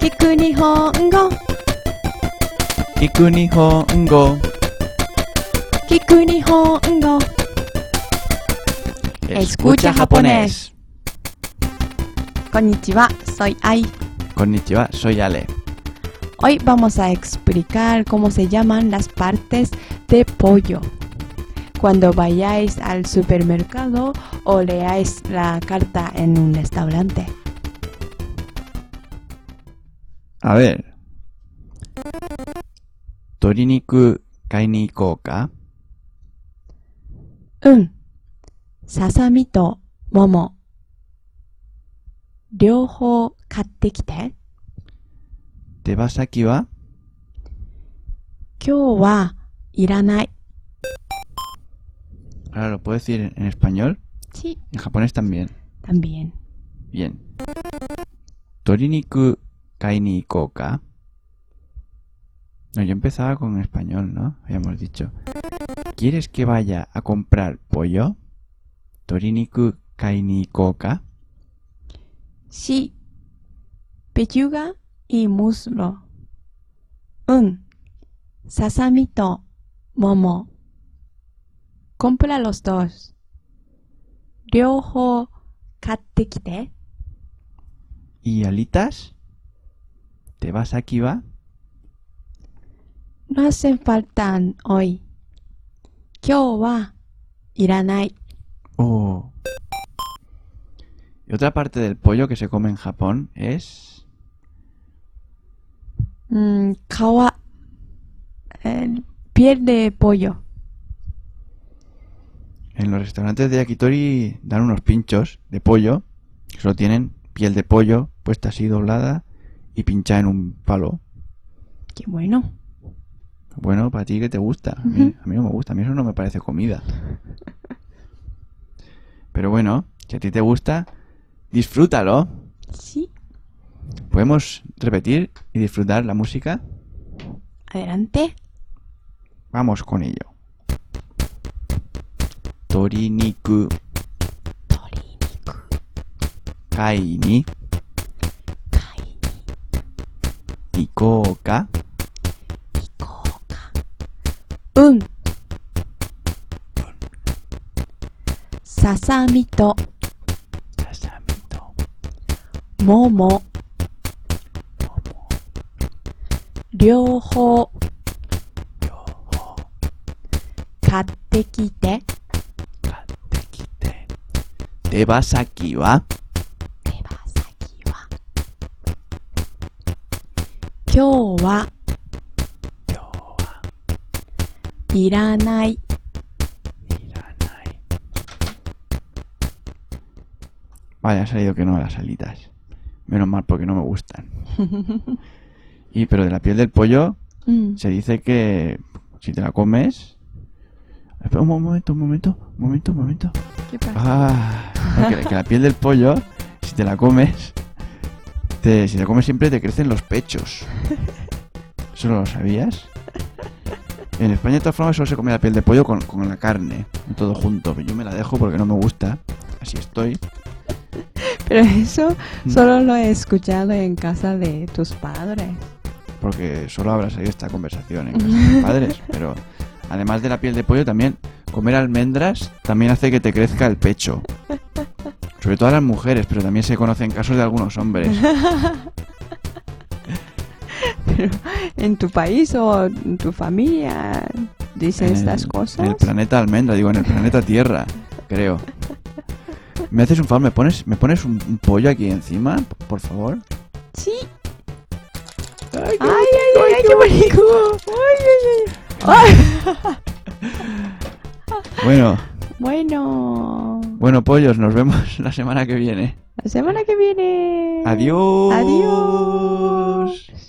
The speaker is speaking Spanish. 聞く日本語聞く日本語聞く日本語 Escucha japonés. こんにちは soy Ai Konnichiwa, soy Ale. hoy vamos a explicar cómo se llaman las partes de pollo cuando vayáis al supermercado o leáis la carta en un restaurante A ver. Toriniku kainikoka. うんささみともも両方買ってきて Tebasaki wa 今日はいらない Ahora lo puedo decir en español, ち en japonés también. también Bien. Toriniku kainikoka. No, yo empezaba con español, ¿no? Habíamos dicho. ¿Quieres que vaya a comprar pollo? Toriniku kainikoka. Sí. Pechuga y muslo. Un. Sasami to momo. Compra los dos. Ryoho katte kite. ¿Y alitas? ¿Te vas a Kiba? No hacen falta hoy. Kyo wa iranai. Oh. Y otra parte del pollo que se come en Japón es... Mm, kawa. Eh, piel de pollo. En los restaurantes de Yakitori dan unos pinchos de pollo, que solo tienen piel de pollo puesta así doblada y pinchada en un palo. Qué bueno. Bueno, para ti que te gusta. A mí, Ujú. a mí no me gusta, a mí eso no me parece comida. Pero bueno, si a ti te gusta, disfrútalo. Sí. ¿Podemos repetir y disfrutar la música? Adelante. Vamos con ello. Toriniku Toriniku kai ni kai ikouka 行こうか。うん。ささみと sasami to もも。両方。買ってきて。 katte kite. Tebasaki wa 手羽先は。今日は。いらない。 iranai. Vaya, ha salido que no las alitas. Menos mal porque no me gustan. y pero de la piel del pollo うん。 se dice que si te la comes... Espera un momento, un momento, un momento, un momento. Ah, no, que, que la piel del pollo, si te la comes, te- si te la comes siempre te crecen los pechos. ¿Eso no lo sabías? En España, de todas formas, solo se come la piel de pollo con, con la carne, no todo junto. Pero Yo me la dejo porque no me gusta. Así estoy. Pero eso solo lo he escuchado en casa de tus padres. Porque solo habrá salido esta conversación en casa de mis padres. Pero además de la piel de pollo, también comer almendras también hace que te crezca el pecho. Sobre todo a las mujeres, pero también se conocen casos de algunos hombres. Pero en tu país o en tu familia dicen en estas el- cosas. En el planeta almendra, digo, en el planeta Tierra, creo. ¿Me haces un favor? ¿Me pones, me pones un, un pollo aquí encima, p- por favor? Sí. Ay, ay, ay, qué bonito. Ay, ay, ay. Bueno, Ay. Bueno, bueno, pollos, nos vemos la semana que viene. la semana que viene. Adiós. Adiós.